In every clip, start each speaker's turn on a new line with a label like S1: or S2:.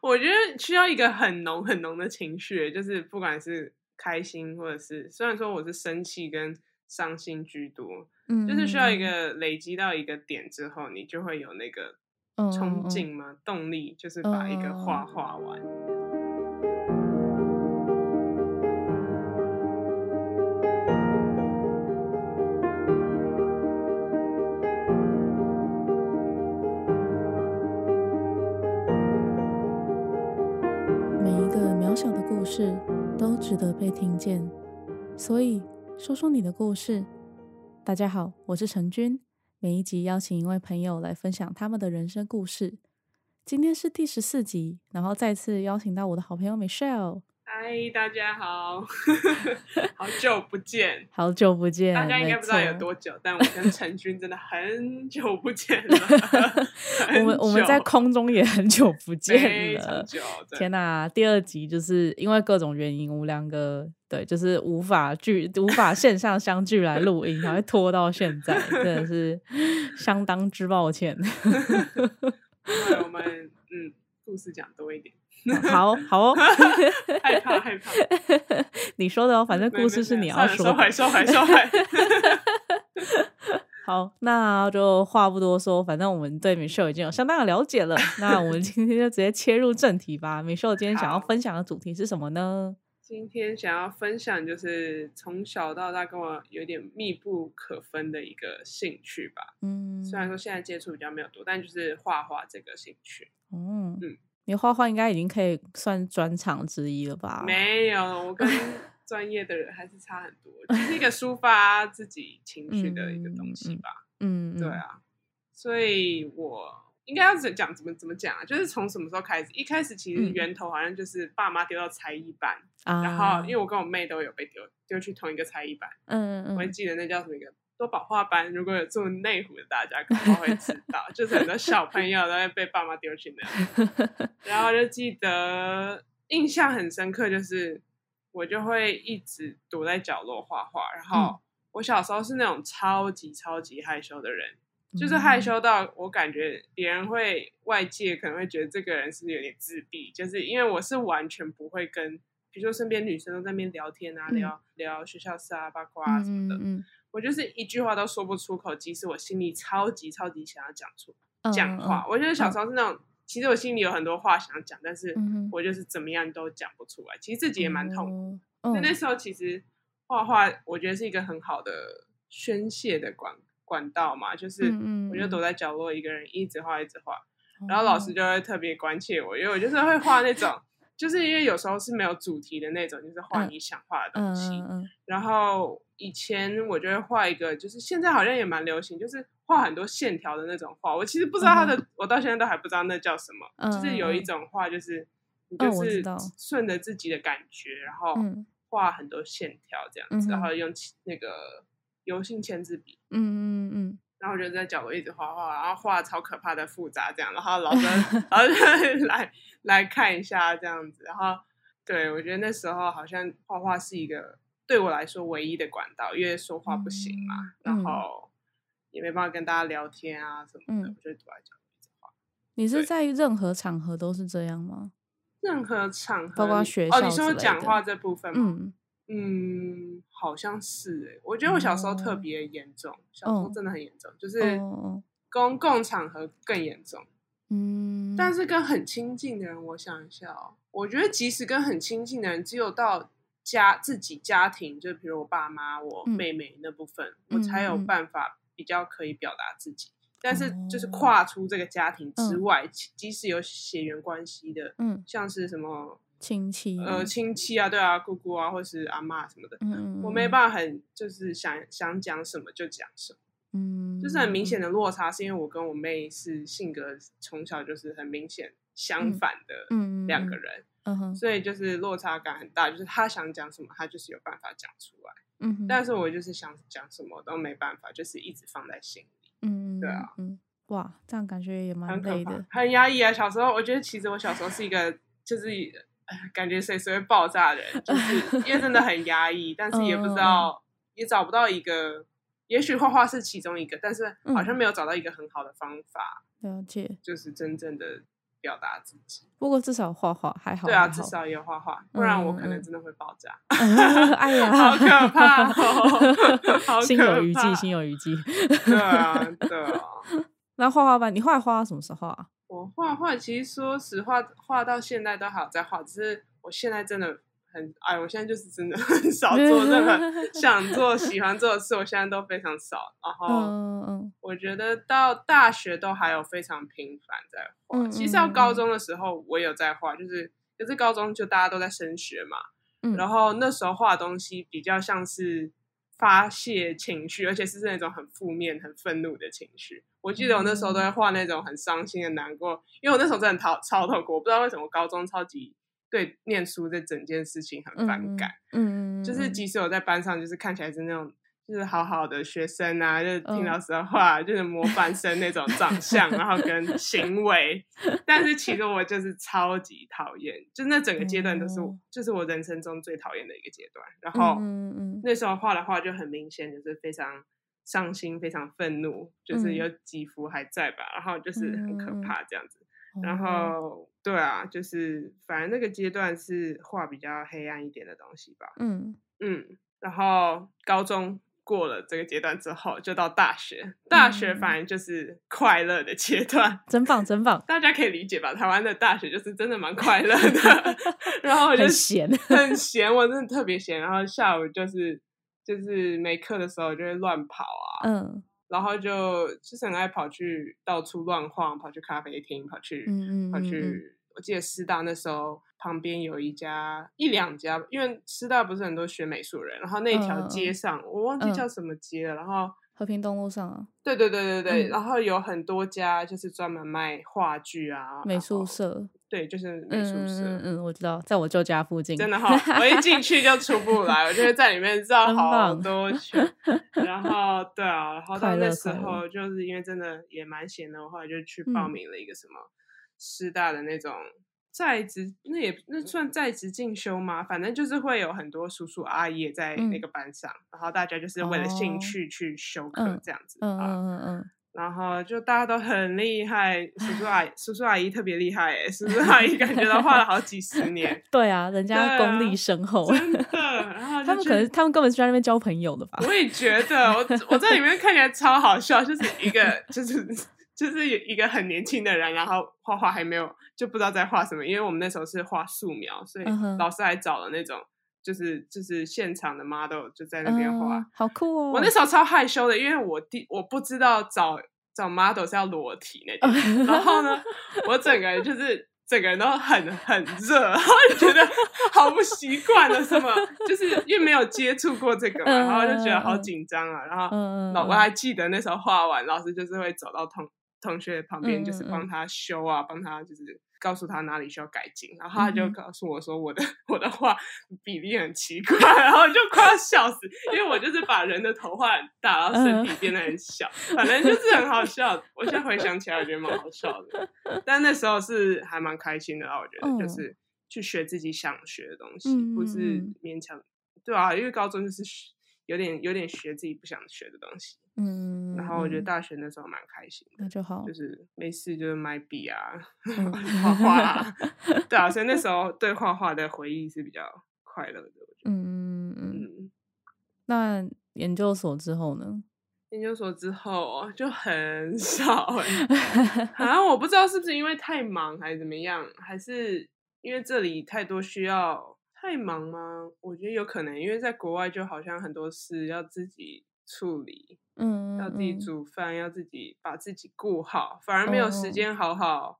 S1: 我觉得需要一个很浓很浓的情绪，就是不管是开心或者是，虽然说我是生气跟伤心居多，
S2: 嗯，
S1: 就是需要一个累积到一个点之后，你就会有那个
S2: 嗯
S1: 冲，劲嘛，动力，就是把一个画画完。
S2: 嗯嗯每一个渺小的故事都值得被听见，所以说说你的故事。大家好，我是陈君。每一集邀请一位朋友来分享他们的人生故事。今天是第十四集，然后再次邀请到我的好朋友 Michelle。
S1: 嗨，大家 好，好久不见。
S2: 好久不见，
S1: 大家应该
S2: 没
S1: 不知道有
S2: 错。
S1: 多久，但我跟陈勋真的很久不见了
S2: 我们我们在
S1: 很久
S2: 空中也很久不见
S1: 非
S2: 了
S1: 常。久，真的
S2: 天哪、第二集就是因为各种原因，我们两个对就是无法聚、 无法线上相聚来录音，才会拖到现在，真的 是相当之抱歉。
S1: 对，我们嗯，故事讲多一点，
S2: 好好哦，
S1: 害怕害怕。
S2: 你说的哦， 反正
S1: 没
S2: 故事是你要说
S1: 没
S2: 的。
S1: 没算了收回收回收 回。
S2: 好，那就话不多说，反正我们对 Michelle 已经有相当的了解了。那我们今天就直接切入正题吧。Michelle 今天想要
S1: 好
S2: 分享的主题是什么呢？
S1: 今天想要分享就是从小到大跟我有点密不可分的一个兴趣吧。
S2: 嗯，
S1: 虽然说现在接触比较没有多，但就是画画这个兴趣。
S2: 哦，
S1: 嗯
S2: 你画画应该已经可以算专长之一了吧？
S1: 没有，我跟专业的人还是差很 多，就是一个抒发自己情绪的一个东西吧。
S2: 嗯，嗯，
S1: 对啊，所以我应该要怎讲怎么怎么讲啊？就是从什么时候开始？一开始其实
S2: 嗯
S1: 源头好像就是爸妈丢到才艺班，
S2: 啊，
S1: 然后因为我跟我妹都有被丢丢去同一个才艺班，
S2: 嗯
S1: 我还
S2: 嗯
S1: 记得那叫什么一个多宝画班。如果有住内湖的大家，可能会知道，就是很多小朋友都会被爸妈丢去那样。
S2: 嗯，
S1: 然后就记得印象很深刻，就是我就会一直躲在角落画画。然
S2: 嗯
S1: 后我小时候是那种超级超级害羞的人，
S2: 嗯
S1: 就是害羞到我感觉别人会外界可能会觉得这个人是不是有点自闭，就是因为我是完全不会跟，比如说身边女生都在那边聊天啊，
S2: 嗯
S1: 聊聊学校事啊、八卦啊
S2: 嗯
S1: 什么的，
S2: 嗯
S1: 我就是一句话都说不出口，即使我心里超级超级想要讲出
S2: 嗯
S1: 讲话。，我觉得小时候是那种，其实我心里有很多话想讲，但是
S2: 嗯哼
S1: 我就是怎么样都讲不出来，其实自己也蛮痛苦。
S2: 苦
S1: 所以那时候其实画画，我觉得是一个很好的宣泄的管管道嘛，就是
S2: 嗯嗯
S1: 我就
S2: 嗯
S1: 躲在角落一个人一直画一直画，然后老师就会特别关切我，因为我就是会画那种，就是因为有时候是没有主题的那种，就是画
S2: 嗯
S1: 你想画的
S2: 嗯
S1: 东西。
S2: 嗯嗯
S1: 然后以前我就会画一个，就是现在好像也蛮流行，就是画很多线条的那种画。我其实不知道它的，我到现在都还不知道那叫什么。
S2: 嗯
S1: 就是有一
S2: 嗯
S1: 种画，就是你
S2: 嗯
S1: 就
S2: 我知
S1: 是
S2: 道
S1: 顺着自己的感觉，然后
S2: 嗯
S1: 画很多线条这样子，
S2: 嗯
S1: 然
S2: 哼
S1: 后用铅那个油性签字笔。
S2: 嗯嗯嗯
S1: 然后我就在角落一直画画，然后画超可怕的复杂这样，然后老 师老师就来来看一下这样子，然后对我觉得那时候好像画画是一个对我来说唯一的管道，因为说话不行嘛，
S2: 嗯嗯
S1: 然后也没办法跟大家聊天啊什么的，
S2: 嗯
S1: 我就躲在角落一直画。
S2: 你是
S1: 对
S2: 在任何场合都是这样吗？
S1: 任何场合，
S2: 包括
S1: 你
S2: 学
S1: 哦，
S2: 校
S1: 你
S2: 之
S1: 说
S2: 类
S1: 讲
S2: 的
S1: 话这部分吗？
S2: 嗯，
S1: 嗯好像是诶、我觉得我小时候特
S2: 哦
S1: 别严重，小时候
S2: 哦
S1: 真的很严重，就
S2: 哦
S1: 是
S2: 哦
S1: 公共场合更严重。
S2: 嗯，
S1: 但是跟很亲近的人，我想一下哦，我觉得即使跟很亲近的人，只有到家自己家庭，就比如我爸妈、我
S2: 嗯
S1: 妹妹那部分，
S2: 嗯
S1: 我才有
S2: 嗯
S1: 办法比较可以表达自己。但是就是
S2: 哦
S1: 跨出这个家庭之
S2: 嗯
S1: 外，即即使有血缘关系的，
S2: 嗯，
S1: 像是什么
S2: 亲戚
S1: 呃亲戚啊，对啊，姑姑啊，或是阿妈什么的，
S2: 嗯，
S1: 我没
S2: 法，
S1: 办法很就是想想讲什么就讲什么。
S2: 嗯，
S1: 就是很明显的落差，是因为我跟我妹是性格从小就是很明显相反的
S2: 嗯
S1: 两个，人，
S2: 嗯哼，
S1: 所以就是落差感很大。就是她想讲什么，她就是有办法讲出来，
S2: 嗯，
S1: 但是我就是想讲什么都没办法，就是一直放在心里，
S2: 嗯，
S1: 对啊
S2: 嗯，嗯，哇，这样感觉也蛮
S1: 很可
S2: 累
S1: 怕
S2: 的，，
S1: 很压抑啊。小时候，我觉得其实我小时候是一个就是。呃感觉随时会爆炸的人， 就是因为真的很压抑，但是也
S2: 嗯
S1: 不知道，也找不到一个，也许画画是
S2: 嗯
S1: 其中一个，但是好像没有找到一个很好的方法，
S2: 了解。
S1: 就是真正的表达自己。
S2: 不过至少画画还好，
S1: 对啊，
S2: 还
S1: 至
S2: 好
S1: 少也有画画，不然我可
S2: 嗯嗯
S1: 能真的会爆炸。
S2: 哎 呀，
S1: 好可怕 哦好
S2: 心
S1: 可
S2: 有余悸，
S1: 怕
S2: 心有余悸。
S1: 对啊，对啊。
S2: 那画画班，你后来画到什么时候啊？
S1: 我画画其实说实话，画到现在都还有在画，只是我现在真的很哎，我现在就是真的 很少做任何 想做、喜欢做的事，我现在都非常少。然后
S2: 嗯嗯
S1: 我觉得到大学都还有非常频繁在画。
S2: 嗯
S1: 其实
S2: 嗯
S1: 到
S2: 嗯
S1: 高
S2: 嗯
S1: 中的时候，我有在画，就是可是高中就大家都在升学嘛，
S2: 嗯，
S1: 然后那时候画的东西比较像是发泄情绪，而且是那种很负面、很愤怒的情绪。我记得我那时候都
S2: 哦
S1: 会画那种很伤心的、难过，因为我那时候真的很超超痛苦，我不知道为什么高中超级对念书这整件事情很反感。
S2: 嗯，嗯嗯，
S1: 就是
S2: 嗯
S1: 即使我在班上，就是看起来是那种就是好好的学生啊，就是
S2: 嗯
S1: 听老师的话，就是模范生那种长相，然后跟行为，但是其实我就是超级讨厌，就那整个阶段都是我，
S2: 哦
S1: 就是我人生中最讨厌的一个阶段。然
S2: 嗯
S1: 后、
S2: 嗯嗯
S1: 那时候画的画就很明显，就是非常。伤心，非常愤怒，就是
S2: 嗯
S1: 有几幅还在吧，然后就是很可
S2: 嗯嗯嗯
S1: 怕这样子。
S2: 嗯，
S1: 然
S2: 哦
S1: 后对啊，就是反正那个阶段是画比较黑暗一点的东西吧。
S2: 嗯
S1: 嗯，然后高中过了这个阶段之后，就到大学。大学
S2: 嗯
S1: 反正就是快乐的阶段，
S2: 真棒真棒，
S1: 大家可以理解吧？台湾的大学就是真的蛮快乐 的， 然后我就
S2: 很闲
S1: 很闲，我真的特别闲。然后下午就是就是没课的时候就会乱跑啊，
S2: 嗯
S1: 然后就就是很爱跑去到处乱晃，跑去咖啡厅，跑去
S2: 嗯嗯
S1: 跑
S2: 嗯
S1: 去。
S2: 嗯
S1: 我记得师大那时候旁边有一家一两家，因为师大不是很多学美术人，然后那条
S2: 嗯嗯
S1: 街
S2: 嗯
S1: 上、我忘记
S2: 嗯
S1: 叫什么街了，然后
S2: 和平东路上啊，
S1: 对对对对对，
S2: 嗯
S1: 然后有很多家就是专门卖话剧啊，
S2: 美
S1: 然
S2: 术
S1: 后，
S2: 社，
S1: 对，就是美术
S2: 嗯嗯
S1: 社。
S2: 嗯嗯，我知道，在我舅家附近，
S1: 真的哈、我一进去就出不来，我就会在里面绕
S2: 真
S1: 好
S2: 棒
S1: 多圈。然后对啊，然后到
S2: 快
S1: 那
S2: 乐
S1: 时
S2: 快乐
S1: 候就是因为真的也蛮闲的，我后来就去报
S2: 嗯
S1: 名了一个什么师大的那种在职，那也那算在职进修吗？反正就是会有很多叔叔阿姨也在那
S2: 嗯
S1: 个班上，然后大家就是为了兴
S2: 哦
S1: 趣去修课
S2: 嗯
S1: 这样子、
S2: 嗯
S1: 啊。
S2: 嗯嗯嗯，
S1: 然后就大家都很厉害，叔 叔阿姨叔叔阿姨特别厉害、欸，叔叔阿姨感觉都画了好几十年。
S2: 对啊，人家
S1: 对
S2: 功
S1: 啊
S2: 力深厚，
S1: 真的，然后
S2: 他
S1: 就
S2: 们
S1: 去
S2: 可能他们根本是在那边交朋友的吧？
S1: 我也觉 得，我我在里面看起来超好笑，就是一个 就是就是一个很年轻的人，然后画画还没有就不知道在画什么，因为我们那时候是画素描，所以
S2: 嗯哼
S1: 老师还找了那种就是就是现场的 model 就在那边画。
S2: 嗯好酷哦！
S1: 我那时候超害羞的，因为我第我不知道找找 model 是要裸体那种，
S2: 候
S1: 然后呢，我整个人就是整个人都很很热，然后就觉得好不习惯了，什么就是因为没有接触过这个嘛，
S2: 嗯
S1: 然后就觉得好
S2: 嗯嗯
S1: 紧张啊。然后
S2: 嗯，
S1: 老
S2: 嗯
S1: 我还记得那时候画完，老师就是会走到同同学旁边，
S2: 嗯
S1: 就是
S2: 嗯
S1: 帮他修啊，帮他就是。告诉他哪里需要改进，然后他就
S2: 嗯哼
S1: 告诉我说我的、我的画比例很奇怪，然后我就快要笑死，因为我就是把人的头画很大，然后
S2: 嗯
S1: 身体变得很小，反正就是很好 笑。我现在回想起来，我觉得蛮好笑的。但那时候是还蛮开心的啦，我觉得
S2: 嗯
S1: 就是去学自己想学的东西，
S2: 嗯
S1: 不是
S2: 嗯
S1: 勉强。对啊，因为高中就是学有点有点学自己不想学的东西。
S2: 嗯，
S1: 然后我觉得
S2: 嗯
S1: 大学那时候蛮开心的
S2: 那，就好
S1: 就，是没事就是买笔啊，
S2: 嗯
S1: 画画啊，对啊，所以那 时候对画画的回忆是比较快乐的，我觉得。
S2: 嗯嗯嗯。
S1: 嗯，
S2: 那研究所之后呢？
S1: 研究所之后哦就很 少、欸，好像我不知道是不是因为太忙还是怎么样，还是因为这里太多需要太忙吗？我觉得有可能，因为在国外就好像很多事要自己处理，
S2: 嗯，
S1: 要自己
S2: 嗯，
S1: 煮饭，要自己把自己顾好，反而没有时
S2: 哦
S1: 间好好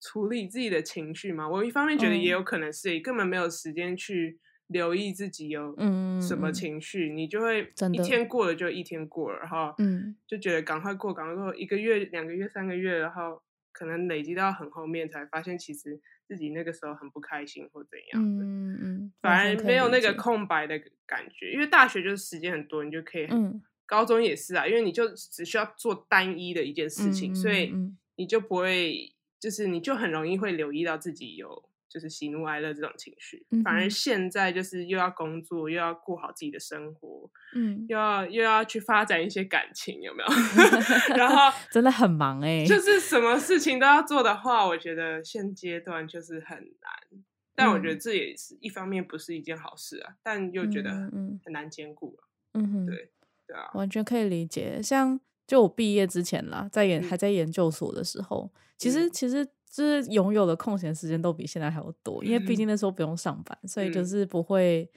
S1: 处理自己的情绪嘛。我一方面觉得也
S2: 嗯
S1: 有可能是根本没有时间去留意自己有
S2: 嗯
S1: 什么
S2: 嗯
S1: 情绪，你就会
S2: 真
S1: 一
S2: 的
S1: 天过了就一天过了，然后
S2: 嗯
S1: 就觉得赶快过，赶快过，一个月、两个月、三个月，然后可能累积到很后面才发现，其实自己那个时候很不开心或怎样的。
S2: 嗯嗯，完
S1: 反
S2: 全
S1: 而
S2: 可
S1: 没
S2: 以
S1: 有
S2: 理
S1: 那个
S2: 解，
S1: 空白的感觉，因为大学就是时间很多，你就可以很
S2: 嗯，
S1: 高中也是啊，因为你就只需要做单一的一件事情，
S2: 嗯
S1: 所以
S2: 嗯
S1: 你就不会，就是你就很容易会留意到自己有就是喜怒哀乐这种情绪。
S2: 嗯哼
S1: 反而现在就是又要工作，又要顾好自己的生活，
S2: 嗯，
S1: 又要又要去发展一些感情，有没 有？然后
S2: 真的很忙哎、
S1: 就是什么事情都要做的话，我觉得现阶段就是很难。但我觉得
S2: 嗯
S1: 这也是一方面不是一件好事啊，但又觉得
S2: 嗯嗯
S1: 很难兼顾、啊，
S2: 嗯哼，
S1: 对对啊，
S2: 完全可以理解。像就我毕业之前啦，在研、还在研究所的时候，其实、
S1: 嗯
S2: 其实就是拥有的空闲时间都比现在还要多，因为
S1: 嗯
S2: 毕竟那时候不用上班，所以就
S1: 嗯
S2: 是不会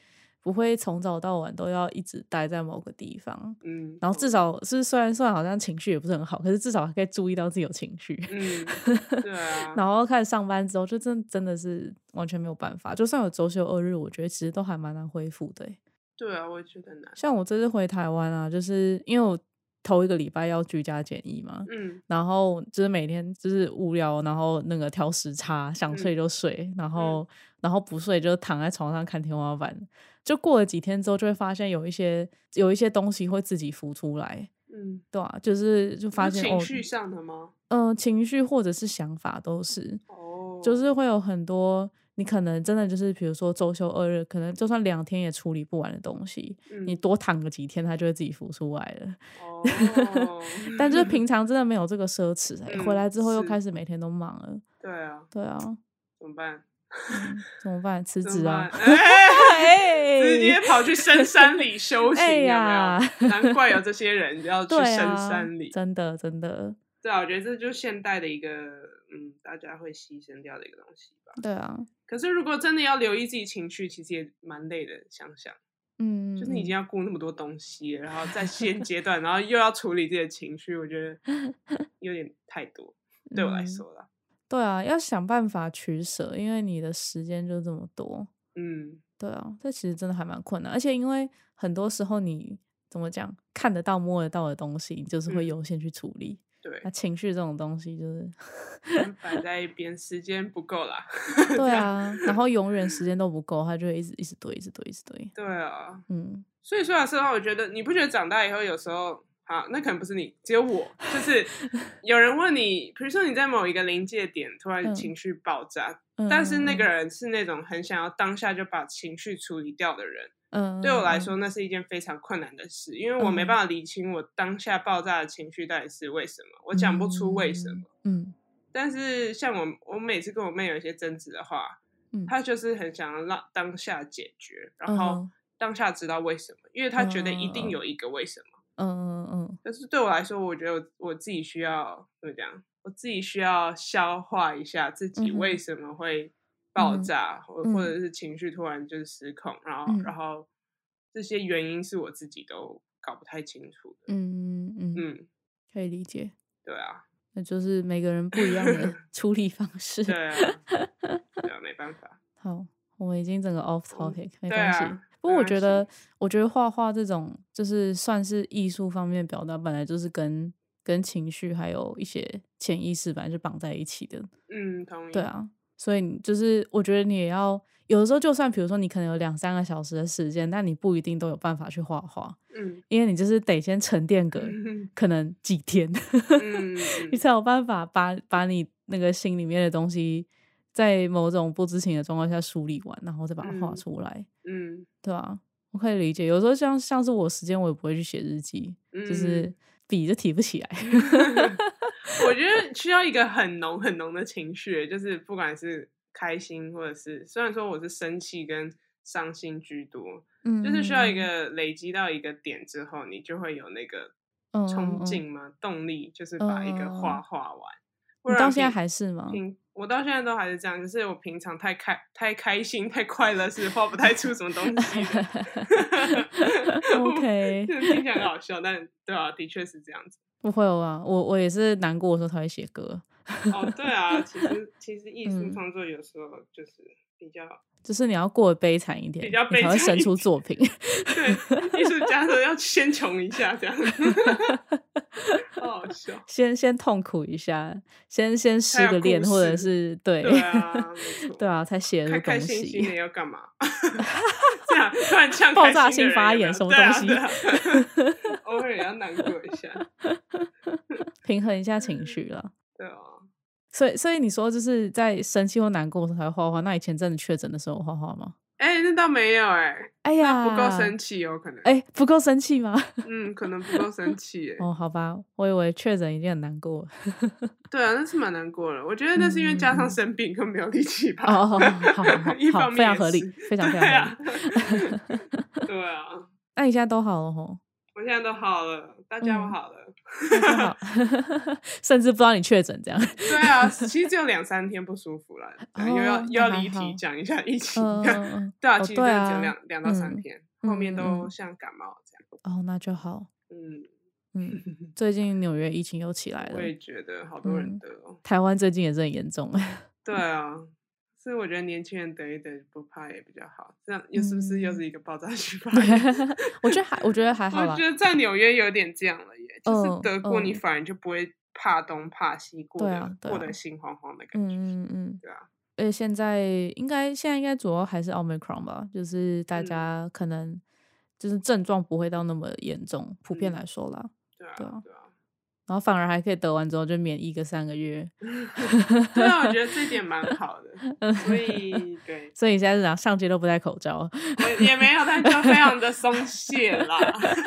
S2: 不会从早到晚都要一直待在某个地方。
S1: 嗯，
S2: 然后至少是虽然算好像情绪也不是很好，可是至少还可以注意到自己有情绪。
S1: 嗯，对啊，
S2: 然后开始上班之后，就真真的是完全没有办法。就算有周休二日，我觉得其实都还蛮难恢复的欸、
S1: 对啊，我也觉得难，
S2: 像我这次回台湾啊，就是因为我头一个礼拜要居家检疫嘛，
S1: 嗯
S2: 然后就是每天就是无聊，然后那个调时差，
S1: 嗯
S2: 想睡就睡，然后然后不睡就躺在床上看天花板。就过了几天之后，就会发现有一些有一些东西会自己浮出来，
S1: 嗯，
S2: 对啊，就是就发
S1: 是
S2: 现
S1: 情
S2: 哦，
S1: 绪上的吗？
S2: 嗯、情绪或者是想法都是，
S1: 哦，
S2: 就是会有很多你可能真的就是，比如说周休二日，可能就算两天也处理不完的东西，你
S1: 嗯
S2: 多躺个几天，它就会自己浮出来了。，
S1: 哦
S2: 但就是平常真的没有这个奢侈、欸，回
S1: 嗯
S2: 来之后又
S1: 是
S2: 开始每天都忙了。
S1: 对啊，
S2: 对啊，
S1: 怎么办？
S2: 嗯怎么办？辞
S1: 怎么
S2: 职啊
S1: 办？！ 哎
S2: 哎
S1: 直接跑去深山里修行，
S2: 哎
S1: 有没
S2: 呀
S1: 有？难怪有这些人要去
S2: 对
S1: 深
S2: 啊，
S1: 山里。
S2: 真的真的，
S1: 对啊，我觉得这就是现代的一个，嗯，大家会牺牲掉的一个东西吧。
S2: 对啊，
S1: 可是如果真的要留意自己情绪，其实也蛮累的。想想，
S2: 嗯，
S1: 就是你已
S2: 嗯
S1: 经要顾那么多东西了，然后在现阶段，然后又要处理自己的情绪，我觉 得有点太多，对我来
S2: 嗯
S1: 说啦。
S2: 对啊，要想办法取舍，因为你的时间就这么多。
S1: 嗯，
S2: 对啊，这其实真的还蛮困难，而且因为很多时候你怎么讲，看得到、摸得到的东西，你就是
S1: 嗯
S2: 会优先去处理。
S1: 对
S2: 那、，情绪这种东西，就是
S1: 摆在一边，时间不够啦。 这
S2: 对
S1: 样，
S2: 啊，然后永远时间都不够，它就会一直一直堆，一直堆，一直堆。
S1: 对啊。
S2: 嗯，
S1: 所以说老实话，我觉得你不觉得长大以后有时候，好，那可能不是你，只有我， 就是有人问你，比如说你在某一个临界点突然
S2: 嗯
S1: 情绪爆炸，
S2: 嗯
S1: 但是那个，
S2: 嗯
S1: 人是那种很想要当下就把情绪处理掉的人，
S2: 嗯，嗯
S1: 对我来，
S2: 嗯
S1: 说那是一件非常困难的事，因为我没办法理清我当下爆炸的情绪到底是为什么，我讲不出为什么。。
S2: 嗯
S1: 但是像我，我每次跟我妹有一些争执的话，
S2: 嗯，
S1: 她就是很想要让当下解决，然
S2: 嗯
S1: 后
S2: 哼
S1: 当下知道为什么，因为她觉得一
S2: 嗯
S1: 定有一个为什么。
S2: 嗯嗯
S1: 但是对我来说，我觉得我我自己需要怎么讲？我自己需要消化一下自己
S2: 嗯哼
S1: 为什么会爆炸，或、
S2: 嗯
S1: 或者是情绪突然就是失控，然后、
S2: 嗯
S1: 然后这些原因是我自己都搞不太清楚的。
S2: 嗯嗯嗯，
S1: 嗯，
S2: 可以理解。
S1: 对啊，
S2: 那就是每个人不一 样的处理方式。
S1: 对 啊，对啊，没办法。
S2: 好，我们已经整个 off
S1: 嗯
S2: topic，、没
S1: 对
S2: 关系。
S1: 啊
S2: 不
S1: 没
S2: 过我
S1: 关
S2: 觉得，我觉得画画这种就是算是艺术方面表达，本来就是跟跟情绪还有一些潜意识本来就绑在一起的，
S1: 嗯，同意。
S2: 对啊。所以你就是，我觉得你也要有的时候，就算比如说你可能有两三个小时的时间，但你不一定都有办法去画画，
S1: 嗯，
S2: 因为你就是得先沉淀个
S1: 嗯
S2: 可能几天，
S1: 嗯嗯
S2: 你才有办法把把你那个心里面的东西，在某种不知情的状况下梳理完，然后再把它画
S1: 嗯
S2: 出来，
S1: 嗯，
S2: 对啊，我可以理解。有时候像像是我时间，我也不会去写日记，就是
S1: 嗯
S2: 笔就提不起来。
S1: 我觉得需要一个很浓很浓的情绪，欸就是不管是开心或者是，虽然说我是生气跟伤心居多，
S2: 嗯，
S1: 就是需要一
S2: 嗯
S1: 个累积到一个点之后，你就会有那个
S2: 嗯
S1: 冲。
S2: 嗯嗯嗯
S1: 劲嘛、动力，就是把一个
S2: 嗯嗯
S1: 画
S2: 嗯
S1: 画完。不
S2: 你
S1: 然
S2: 到现在
S1: 平
S2: 还是吗？
S1: 平，我到现在都还是这样，就是我平常太开太开心、太快乐，是画不太出什么东西的。
S2: OK
S1: 这听起来很好笑，但对啊，的确是这样子。
S2: 不会啊，我我也是难过的时候才会写歌，
S1: 哦，对啊，其实其实艺术
S2: 嗯
S1: 创作有时候就是比较，
S2: 就是你要过得悲惨一点，
S1: 较
S2: 你才
S1: 悲
S2: 会
S1: 惨
S2: 生
S1: 一
S2: 出
S1: 点
S2: 作品。
S1: 对，艺术家都要先穷一下这样， 好好笑。
S2: 先先痛苦一下，先先失
S1: 有
S2: 个
S1: 故
S2: 恋，或者
S1: 事
S2: 是对
S1: 对啊，没错，
S2: 对啊，才写
S1: 开
S2: 的
S1: 开
S2: 东
S1: 心心的
S2: 西。
S1: 要干嘛？ 这样突然呛
S2: 爆
S1: 开
S2: 炸
S1: 心的
S2: 性
S1: 人
S2: 发
S1: 有没
S2: 言
S1: 有
S2: 什么
S1: 对啊
S2: 东
S1: 对啊 偶尔也要难过一下，
S2: 平衡一下情绪了。
S1: 对啊，
S2: 所以，所以你说就是在生气或难过的时候才会画画。那你前阵子确诊的时候有画画吗？
S1: 哎、那倒没有哎、
S2: 哎
S1: 那
S2: 呀，
S1: 不够生。气哦，可能，
S2: 哎、不够生气吗？
S1: 嗯，可能不够生气哎、
S2: 哦，好吧，我以为确诊已经很难 过了。
S1: 对啊，那是蛮难过的。我觉得那是因为加
S2: 嗯嗯
S1: 上
S2: 嗯
S1: 生病更没有力气吧。
S2: 哦，好好好
S1: 一
S2: 好，
S1: 方面
S2: 非常
S1: 也
S2: 合理
S1: 是，
S2: 非常
S1: 对
S2: 非常
S1: 啊
S2: 合理。，
S1: 对啊，
S2: 那你现在都好了吼？
S1: 我现在都好了，大家都
S2: 嗯
S1: 好了。
S2: 那就好， 甚至不知道你确诊这样。
S1: 对啊，其实只有两三天不舒服了，对又要
S2: 哦
S1: 又要
S2: 那还
S1: 离
S2: 好
S1: 题讲一下疫情。
S2: 嗯嗯嗯
S1: 对啊，
S2: 哦
S1: 其实真
S2: 对
S1: 的只有
S2: 啊
S1: 两两到三
S2: 嗯
S1: 天，后面
S2: 嗯
S1: 都
S2: 嗯
S1: 像感冒这样。
S2: 哦，那就好。
S1: 嗯，
S2: 嗯， 最近纽约疫情又起来
S1: 我
S2: 了
S1: 也，觉得好多人
S2: 嗯
S1: 得哦。
S2: 台湾最近也是很 严重。
S1: 对啊，所以我觉得年轻人得一得不怕也比较好。这样又是不是又是一个爆炸性发言？
S2: 我觉得还，我觉嗯 得还好啦
S1: 我。觉得在纽约有点这样了耶，就
S2: 嗯
S1: 是得过你
S2: 嗯
S1: 反而就不会怕东怕西，过
S2: 对
S1: 得、
S2: 啊对
S1: 过
S2: 啊
S1: 得心慌慌的感觉。
S2: 嗯嗯嗯，
S1: 对啊，
S2: 而且现在应该现在应该主要还是 Omicron 吧，就是大
S1: 嗯
S2: 家可能就是症状不会到那么严重，普
S1: 嗯
S2: 遍来说啦。
S1: 对
S2: 对
S1: 啊
S2: 啊，
S1: 对啊，
S2: 然后反而还可以得完之后就免疫个三个月。
S1: 对啊，我觉得这点蛮好的。 所以对，
S2: 所以你现在是讲上街都不戴口罩，
S1: 也也没有，但就非常的松懈啦。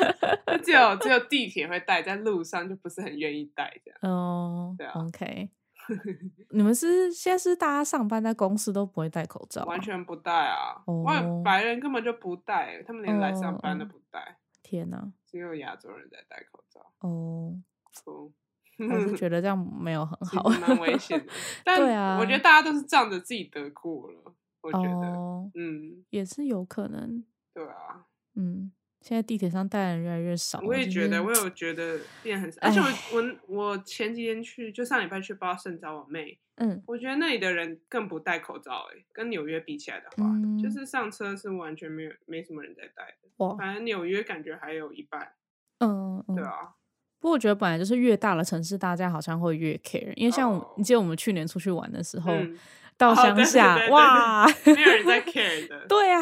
S1: 就只有只有地铁会带，在路上就不是很愿意带这样。
S2: 哦、
S1: 对啊
S2: o k 你们是现在是大家上班在公司都不会戴口罩啊、
S1: 完全不戴啊！外
S2: 哦
S1: 白人根本就不戴，他们连来上班都
S2: 哦
S1: 不戴，
S2: 天哪、
S1: 只有亚洲人在戴口罩。
S2: 哦、
S1: 酷，
S2: 我是觉得这样没有很
S1: 其
S2: 好，啊
S1: 实蛮危险的。但
S2: 对啊
S1: 我觉得大家都是仗着自己得过了，我觉得，
S2: 哦，
S1: 嗯，
S2: 也是有可能，
S1: 对啊，
S2: 嗯，现在地铁上戴的人越来越少了，
S1: 我也
S2: 就
S1: 觉
S2: 是
S1: 得，我有觉得变很少，而且我
S2: 唉
S1: 我我前几天去，就上礼拜去 Boston 找我妹，
S2: 嗯
S1: 我觉得那里的人更不戴口罩、欸，跟纽约比起来的话，
S2: 嗯
S1: 就是上车是完全没有没什么人在戴的，
S2: 哇，
S1: 反正纽约感觉还有一半，
S2: 嗯嗯
S1: 对，啊，
S2: 不过我觉得本来就是越大的城市，大家好像会越 care，因为像我，你记得我们去年出去玩的时候，
S1: 哦嗯，
S2: 到
S1: 哦
S2: 乡
S1: 对对
S2: 下、
S1: 对对
S2: 哇，
S1: 没有人在 care 的，
S2: 对啊，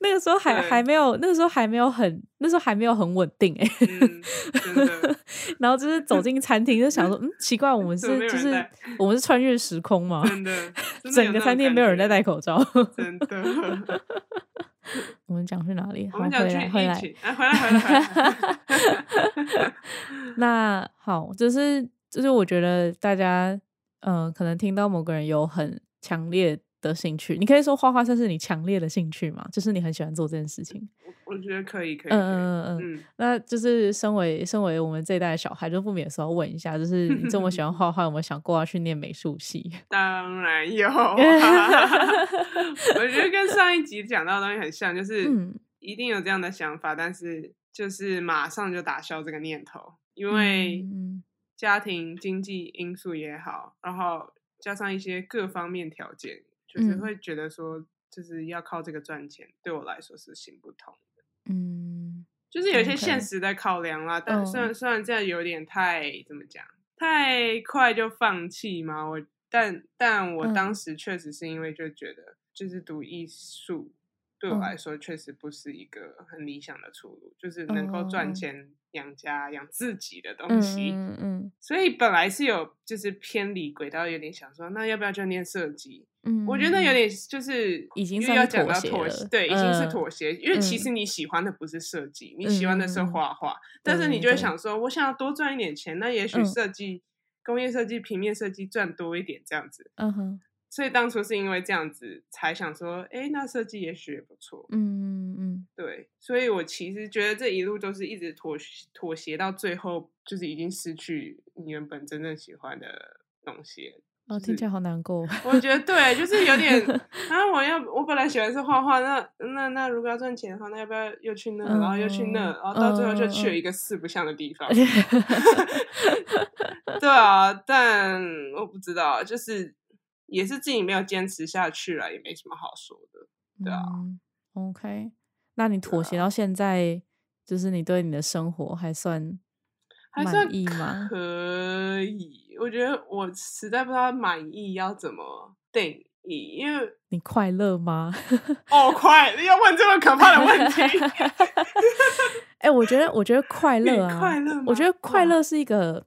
S2: 那个时候还
S1: 对
S2: 还没有，那个时候还没有很，那时候还没有很稳定哎、
S1: 嗯，真 的，
S2: 然后就是走进餐厅就想说，嗯，奇怪，我们是
S1: 怎么没有
S2: 就
S1: 人
S2: 是
S1: 戴
S2: 我们是穿越时空吗？
S1: 真的，真的有
S2: 整
S1: 那
S2: 个
S1: 种
S2: 餐厅没有人在
S1: 感
S2: 戴口罩。
S1: 觉，真的。
S2: 我们讲去哪里？
S1: 我
S2: 好，
S1: 们想
S2: 回
S1: 去
S2: 来回
S1: 疫
S2: 来。
S1: 情，哎，回来回来回来，
S2: 那好，就是就是我觉得大家呃，可能听到某个人有很强烈的兴趣，你可以说画画算是你强烈的兴趣嘛，就是你很喜欢做这件事情。
S1: 我我觉得可以可以，可以
S2: 嗯嗯嗯嗯。
S1: 嗯，
S2: 那就是身为身为我们这一代的小孩，就不免说问一下，就是你这么 喜欢画画，有没有想过要去念美术系？
S1: 当然 有、 啊。我觉得跟上一集讲到的东西很像，就是
S2: 嗯
S1: 一定有这样的想法，但是就是马上就打消这个念头，因为
S2: 嗯
S1: 家庭经济因素也好，然后加上一些各方面条件，就是
S2: 嗯
S1: 会觉得说，就是要靠这个赚钱，对我来说是行不通。
S2: 嗯，
S1: 就是有一些
S2: OK
S1: 现实的考量啦。但虽然
S2: 嗯
S1: 虽然这样有点太怎么讲，太快就放弃嘛。我但但我
S2: 嗯
S1: 当时确实是因为就觉得，就是读艺术对我
S2: 嗯
S1: 来说确实不是一个很理想的出路，就是能够
S2: 哦
S1: 赚
S2: 哦
S1: 钱养家养自己的东
S2: 嗯
S1: 西。
S2: 嗯嗯
S1: 所以本来是有就是偏离轨道，有点想说，那要不要就念设计？
S2: 嗯，
S1: 我觉得有点就是
S2: 已经
S1: 因为
S2: 算
S1: 要
S2: 是
S1: 讲
S2: 妥
S1: 到
S2: 协
S1: 妥
S2: 了
S1: 协，对，已经是
S2: 嗯
S1: 妥协。因为其
S2: 嗯
S1: 实你喜欢的不是设计，你喜欢的是
S2: 嗯嗯嗯
S1: 画画，但是你
S2: 对
S1: 就会
S2: 对
S1: 想说，我想要多赚一点钱，那也许
S2: 嗯
S1: 设计、工业设计、平面设计赚多一点这样子。
S2: 嗯哼
S1: 所以当初是因为这样子才想说，哎，那设计也许也不错。
S2: 嗯嗯
S1: 对，所以我其实觉得这一路都是一直妥协妥协到最后，就是已经失去你原本真正喜欢的东西了。
S2: 嗯，哦，
S1: 就
S2: 听起来
S1: 是
S2: 好难过。
S1: 我觉得对，就是有点啊，我要我本来喜欢是画画，那那那如果要赚钱的话，那要不要又去那，然后又去那，
S2: 嗯
S1: 然后到最后就
S2: 嗯
S1: 去了
S2: 嗯
S1: 一个四不像的地方。 对啊，但我不知道，就是也是自己没有坚持下去了，也没什么好说的。 对啊
S2: 嗯，OK，那你妥协到现在，就是你对你的生活还算
S1: 还
S2: 满
S1: 算
S2: 意吗
S1: 可以，我觉得我实在不知道满意要怎么定义，因为
S2: 你快乐吗？
S1: 哦，快要问这么可怕的问题，
S2: 哎、我 觉得，我觉得快乐
S1: 你
S2: 啊，
S1: 快乐吗嗯
S2: 我觉得快
S1: 哇
S2: 乐是一个，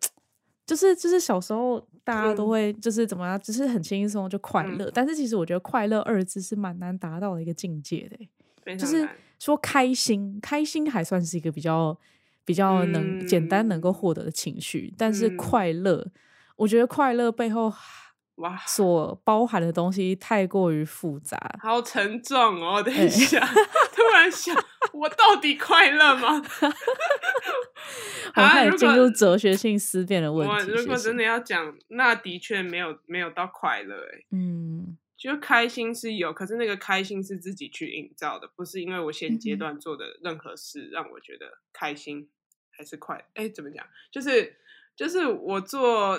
S2: 就是就是小时候大家
S1: 嗯
S2: 都会就是怎么啊样，只是很轻松就快乐。但是其实我觉得“快乐”二字是蛮难达到的一个境界的欸、
S1: 非
S2: 就
S1: 常
S2: 是
S1: 难
S2: 说开心，开心还算是一个比较比较能、简单能够获得的情绪，但是
S1: 嗯
S2: 快乐，我觉得快乐背后
S1: 哇，
S2: 所包含的东西太过于复杂。
S1: 好沉重哦！等一下，突然想，我到底快乐吗？
S2: 我们
S1: 啊
S2: 开始
S1: 如
S2: 进
S1: 果
S2: 入哲学性思辨的问
S1: 我
S2: 题。
S1: 如果
S2: 谢谢
S1: 真的要讲，那的确没有没有到快乐、欸，
S2: 嗯
S1: 就开心是有，可是那个开心是自己去营造的，不是因为我现阶
S2: 嗯哼
S1: 段做的任何事让我觉得开心还是快。哎、怎么讲？就是就是我做，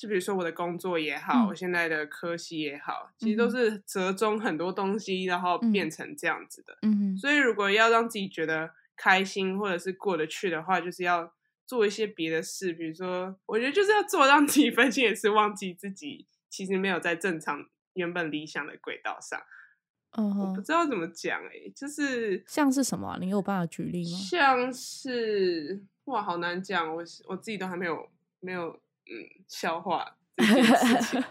S1: 就比如说我的工作也好，
S2: 嗯
S1: 我现在的科系也好，其实都
S2: 嗯哼
S1: 是折中很多东西，然后
S2: 嗯
S1: 变成这样子的。
S2: 嗯
S1: 所以如果要让自己觉得开心或者是过得去的话，就是要做一些别的事，比如说，我觉得就是要做让自己分心，也是忘记自己其实没有在正常原本理想的轨道上。
S2: 嗯
S1: 我不
S2: 哼，
S1: 知道怎么讲哎、就是
S2: 像是什么啊、你有办法举例吗？
S1: 像是哇，好难讲，我是我自己都还没有没有嗯消化这件事 情。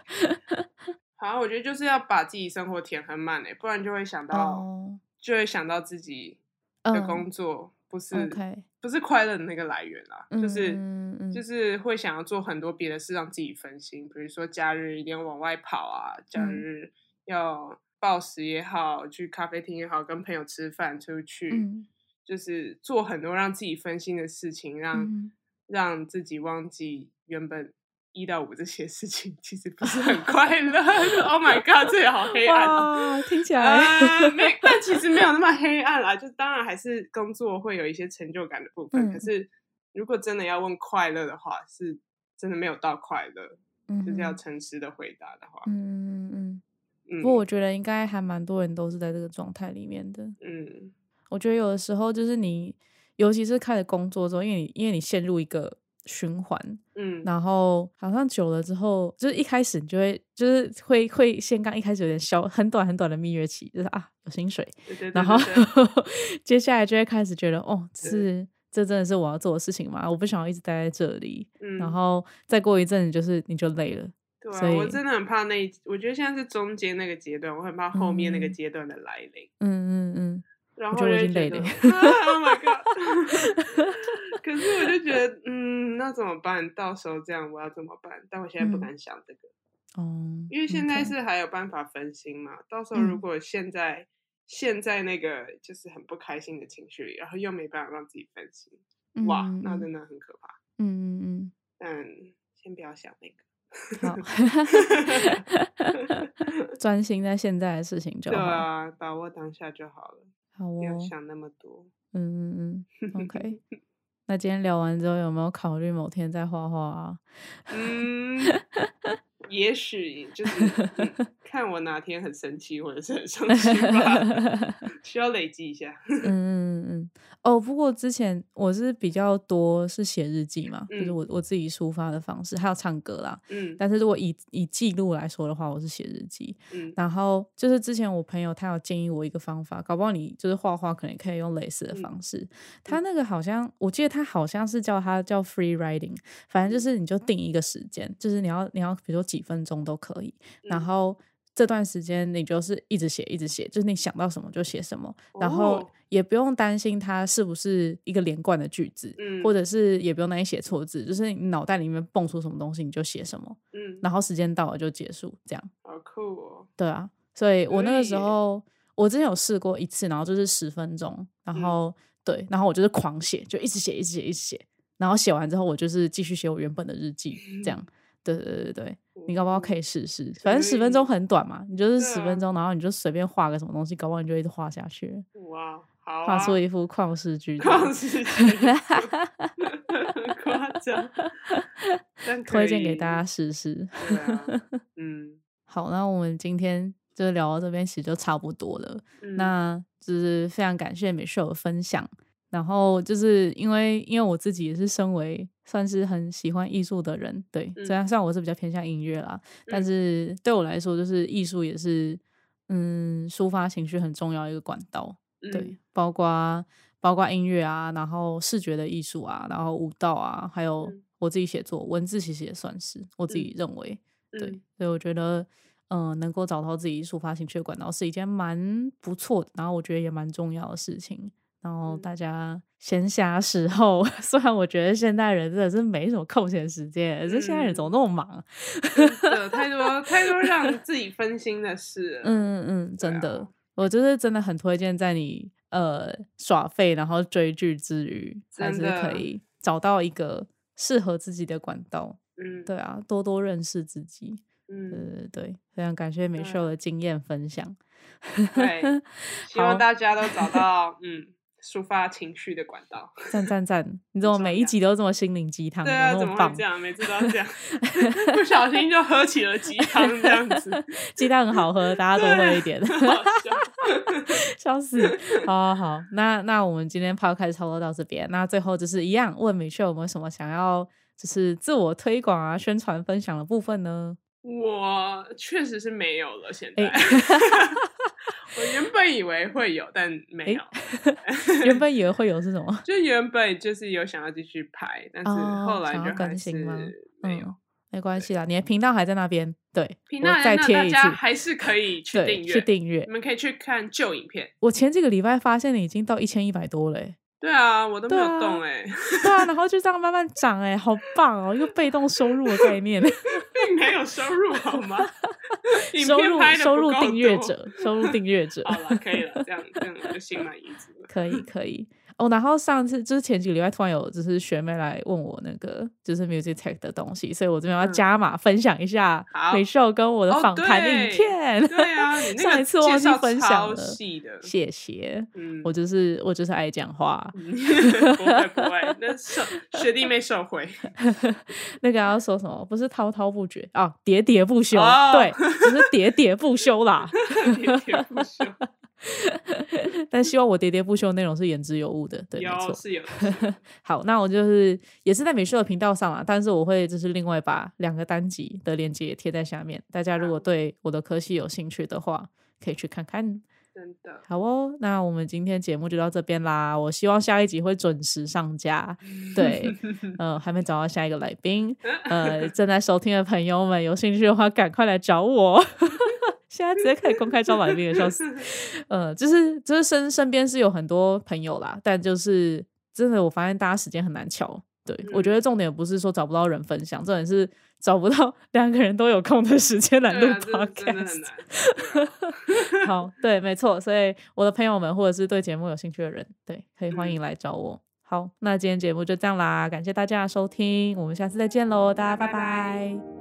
S1: 好像我觉得就是要把自己生活填很满哎、不然就会想到、
S2: 哦，
S1: 就会想到自己的工
S2: 嗯
S1: 作不是、
S2: ，OK，
S1: 不是快乐的那个来源啦，就是、
S2: 嗯嗯
S1: 就是会想要做很多别的事让自己分心，比如说假日一定要往外跑啊，假
S2: 嗯
S1: 日要暴食也好，去咖啡厅也好，跟朋友吃饭出去，
S2: 嗯
S1: 就是做很多让自己分心的事情，让、
S2: 嗯
S1: 让自己忘记原本。一到五这些事情其实不 是很快乐。oh my god，这也好黑暗、哦。
S2: 哇，听起来，
S1: 啊，没，但其实没有那么黑暗啦。就当然还是工作会有一些成就感的部分，
S2: 嗯
S1: 可是如果真的要问快乐的话，是真的没有到快乐，
S2: 嗯
S1: 就是要
S2: 哼
S1: 诚实的回答的话，
S2: 嗯嗯嗯。
S1: 嗯
S2: 不过我觉得应该还蛮多人都是在这个状态里面的。
S1: 嗯
S2: 我觉得有的时候就是你，尤其是开始工作之后，因为你因为你陷入一个循环，
S1: 嗯，
S2: 然后好像久了之后，就是一开始你就会就是会会先刚一开始有点小很短很短的蜜月期，就是啊有薪水，
S1: 对对对
S2: 然后
S1: 对对
S2: 接下来就会开始觉得哦，这
S1: 对
S2: 是这真的是我要做的事情吗？我不想要一直待在这里。
S1: 嗯，
S2: 然后再过一阵，就是你就累了。
S1: 对
S2: 所
S1: 啊，
S2: 以
S1: 我真的很怕那一，我觉得现在是中间那个阶段，我很怕后面那个
S2: 嗯
S1: 阶段的来临。
S2: 嗯嗯嗯，
S1: 然
S2: 我
S1: 后
S2: 觉得我
S1: 就
S2: 已经累
S1: 觉得
S2: 了
S1: 啊，Oh my god！可 是我就觉得，嗯，那怎么办？到时候这样我要怎么办？但我现在不
S2: 嗯
S1: 敢想这个。
S2: 哦，
S1: 因为现在
S2: OK
S1: 是还有办法分心嘛。到时候如
S2: 嗯
S1: 果现在、现在那个就是很不开心的情绪里，然后又没办法让自己分心，哇，
S2: 嗯
S1: 那
S2: 嗯
S1: 真的很可怕。
S2: 嗯嗯
S1: 但先不要想那个，
S2: 嗯，好，专心在现在的事情就
S1: 对
S2: 好。
S1: 啊，把握当下就好了，
S2: 好
S1: 不
S2: 哦
S1: 要，想那么多。
S2: 嗯嗯嗯，OK。那今天聊完之后，有没有考虑某天再画画啊？
S1: 嗯，也许就是、 嗯看我哪天很生气或者是很伤心吧， 需要累积一下。
S2: 嗯嗯嗯，哦，不过之前我是比较多是写日记嘛，就是
S1: 嗯
S2: 我我自己抒发的方式，还有唱歌啦。
S1: 嗯
S2: 但是如果以以记录来说的话，我是写日记。
S1: 嗯
S2: 然后就是之前我朋友他有建议我一个方法，搞不好你就是画画可能可以用类似的
S1: 嗯
S2: 方式。他那个好像我记得他好像是叫他叫 free writing，反正就是你就定一个时间，就是你要你要比如说几分钟都可以，然
S1: 嗯
S2: 后。这段时间你就是一直写，一直写，就是你想到什么就写什么，然后
S1: 哦
S2: 也不用担心它是不是一个连贯的句子，
S1: 嗯
S2: 或者是也不用担心写错字，就是你脑袋里面蹦出什么东西你就写什么，
S1: 嗯，
S2: 然后时间到了就结束，这样
S1: 好酷哦。
S2: 对啊。所以我那个时
S1: 可以耶
S2: 候，我之前有试过一次，然后就是十分钟，然
S1: 嗯
S2: 后、对，然后我就是狂写，就一直写，一直写，一直写，然后写完之后，我就是继续写我原本的日记，这
S1: 嗯
S2: 样。对对对对对，你搞不好可以试试，反正十分钟
S1: 可
S2: 很短嘛，你就是
S1: 哦对
S2: 十
S1: 啊
S2: 分钟，然后你就随便画个什么东西，搞不好你就一直画下去了，
S1: 哇，好、啊，
S2: 画出一副旷世巨作。
S1: 旷 世 巨作夸张，但可
S2: 推荐给
S1: 以
S2: 大家。试试。
S1: 对 啊嗯，
S2: 好，那我们今天就聊到这边，其实就差不多了。
S1: 嗯
S2: 那就是非常感谢美秀的分享。然后就是因为因为我自己也是身为算是很喜欢艺术的人，对，
S1: 嗯
S2: 虽然虽然我是比较偏向音乐啦，但
S1: 嗯
S2: 是对我来说，就是艺术也是嗯抒发情绪很重要的一个管道，对
S1: 嗯，，
S2: 包括包括音乐啊，然后视觉的艺术啊，然后舞蹈啊，还有
S1: 嗯
S2: 我自己写作，文字其实也算是我自己认为，对，
S1: 嗯
S2: 所以我觉得，嗯、能够找到自己抒发情绪的管道是一件蛮不错的，然后我觉得也蛮重要的事情。然后
S1: 嗯
S2: 大家闲暇时候， 虽然我觉得现代人真的是没什么空闲时间，这现代人怎
S1: 嗯
S2: 么那么忙啊？
S1: 真的嗯太多太多让自己分心的事了。
S2: 嗯嗯，嗯，
S1: 对
S2: 真
S1: 啊
S2: 的，我就是真的很推荐，在你呃耍废然后追剧之余，还
S1: 真
S2: 是可
S1: 的
S2: 以找到一个适合自己的管道。
S1: 嗯，
S2: 对啊，多多认识自己。对
S1: 嗯，
S2: 对对，非常感谢美
S1: 对
S2: 秀的经验分享。
S1: 对希
S2: 好
S1: 望大家都 找到嗯抒发情绪的管道。
S2: 赞赞赞！你怎么
S1: 重
S2: 每一
S1: 要
S2: 集都这么心灵鸡汤，
S1: 对
S2: 么
S1: 啊，
S2: 那
S1: 怎
S2: 么
S1: 么
S2: 棒
S1: 会这？样？每次都要这 样，不小心就喝起了鸡汤这样子，
S2: 鸡汤很好喝， 大家多喝一点。
S1: 很 好笑。
S2: 笑死！好好好，那那我们今天 podcast 差不多到这边。那最后就是一样，问美秀有没有什么想要就是自我推广啊、宣传分享的部分呢？
S1: 我确实是没有了，现在。
S2: 哎
S1: 我原本以为会有，但没有。
S2: 原本以为会有是什么？
S1: 就原本就是有想要继续拍，但是
S2: 哦
S1: 后来
S2: 想要
S1: 就
S2: 更
S1: 还是
S2: 新吗
S1: 没有。
S2: 嗯，没关系啦，你的频道还在那边，对，
S1: 频
S2: 我
S1: 道在
S2: 再
S1: 那，
S2: 贴
S1: 大
S2: 一
S1: 家
S2: 次，
S1: 还是可 以去
S2: 对，
S1: 订阅，嗯
S2: 去订阅
S1: 你。们可以去看旧影片。
S2: 我前几个礼拜发现你已经到一千一百多了、欸，
S1: 对啊，我都没
S2: 对
S1: 有
S2: 啊
S1: 动哎、
S2: 对啊，然后就这样慢慢涨，哎，好棒哦，一个被动收入的概念，
S1: 并没有收 入好吗？影
S2: 收
S1: 片
S2: 入
S1: 拍得不
S2: 收入
S1: 够
S2: 订阅
S1: 多。
S2: 者，收入订阅者。
S1: 好了，可以了，这样这样我就心满意足了。
S2: 可以可以哦。然后上次就是前几个礼拜突然有就是学妹来问我那个就是 music tech 的东西，所以我这边要
S1: 嗯
S2: 加码分享一下
S1: 好
S2: 美秀跟我的
S1: 哦
S2: 访谈影
S1: 对
S2: 片。
S1: 对啊， 你那
S2: 上
S1: 个
S2: 一次忘
S1: 介
S2: 记
S1: 绍
S2: 分享
S1: 超
S2: 了，
S1: 细的，
S2: 谢谢。
S1: 嗯，
S2: 我就是我就是爱讲话，
S1: 嗯不会不 会，那受学弟妹受贿，
S2: 那个要说什么？不是滔滔不绝啊，喋喋不休。
S1: 哦
S2: 对，只是喋喋不休啦。
S1: 喋喋不休，
S2: 但希望我喋喋不休的内容是言之有物的。对，没错
S1: 有。是有的是有的，
S2: 好，那我就是也是在美秀的频道上啦，但是我会就是另外把两个单集的链接也贴在下面，大家如果
S1: 好
S2: 对我的科系有兴趣的话，可以去看看。
S1: 真的。
S2: 好哦，那我们今天节目就到这边啦，我希望下一集会准时上架。对，呃，还没找到下一个来宾，呃，正在收听的朋友们有兴趣的话，赶快来找我。 现在直接可以公开招来宾 了，笑死！呃，就是就是身身边是有很多朋友啦，但就是真的，我发现大家时间很难瞧。对、我
S1: 嗯
S2: 觉得重点不是说找不到人分享，重点是找不到两个人都有空的时间来录
S1: 对啊，这真的
S2: podcast
S1: 很。难。对啊
S2: 好，对，没错。所以我的朋友们或者是对节目有兴趣的人，对，可以
S1: 嗯
S2: 欢迎来找我。好，那今天节目就这样啦，感谢大家的收听，我们下次再见喽，大家
S1: 拜
S2: 拜
S1: 拜
S2: 拜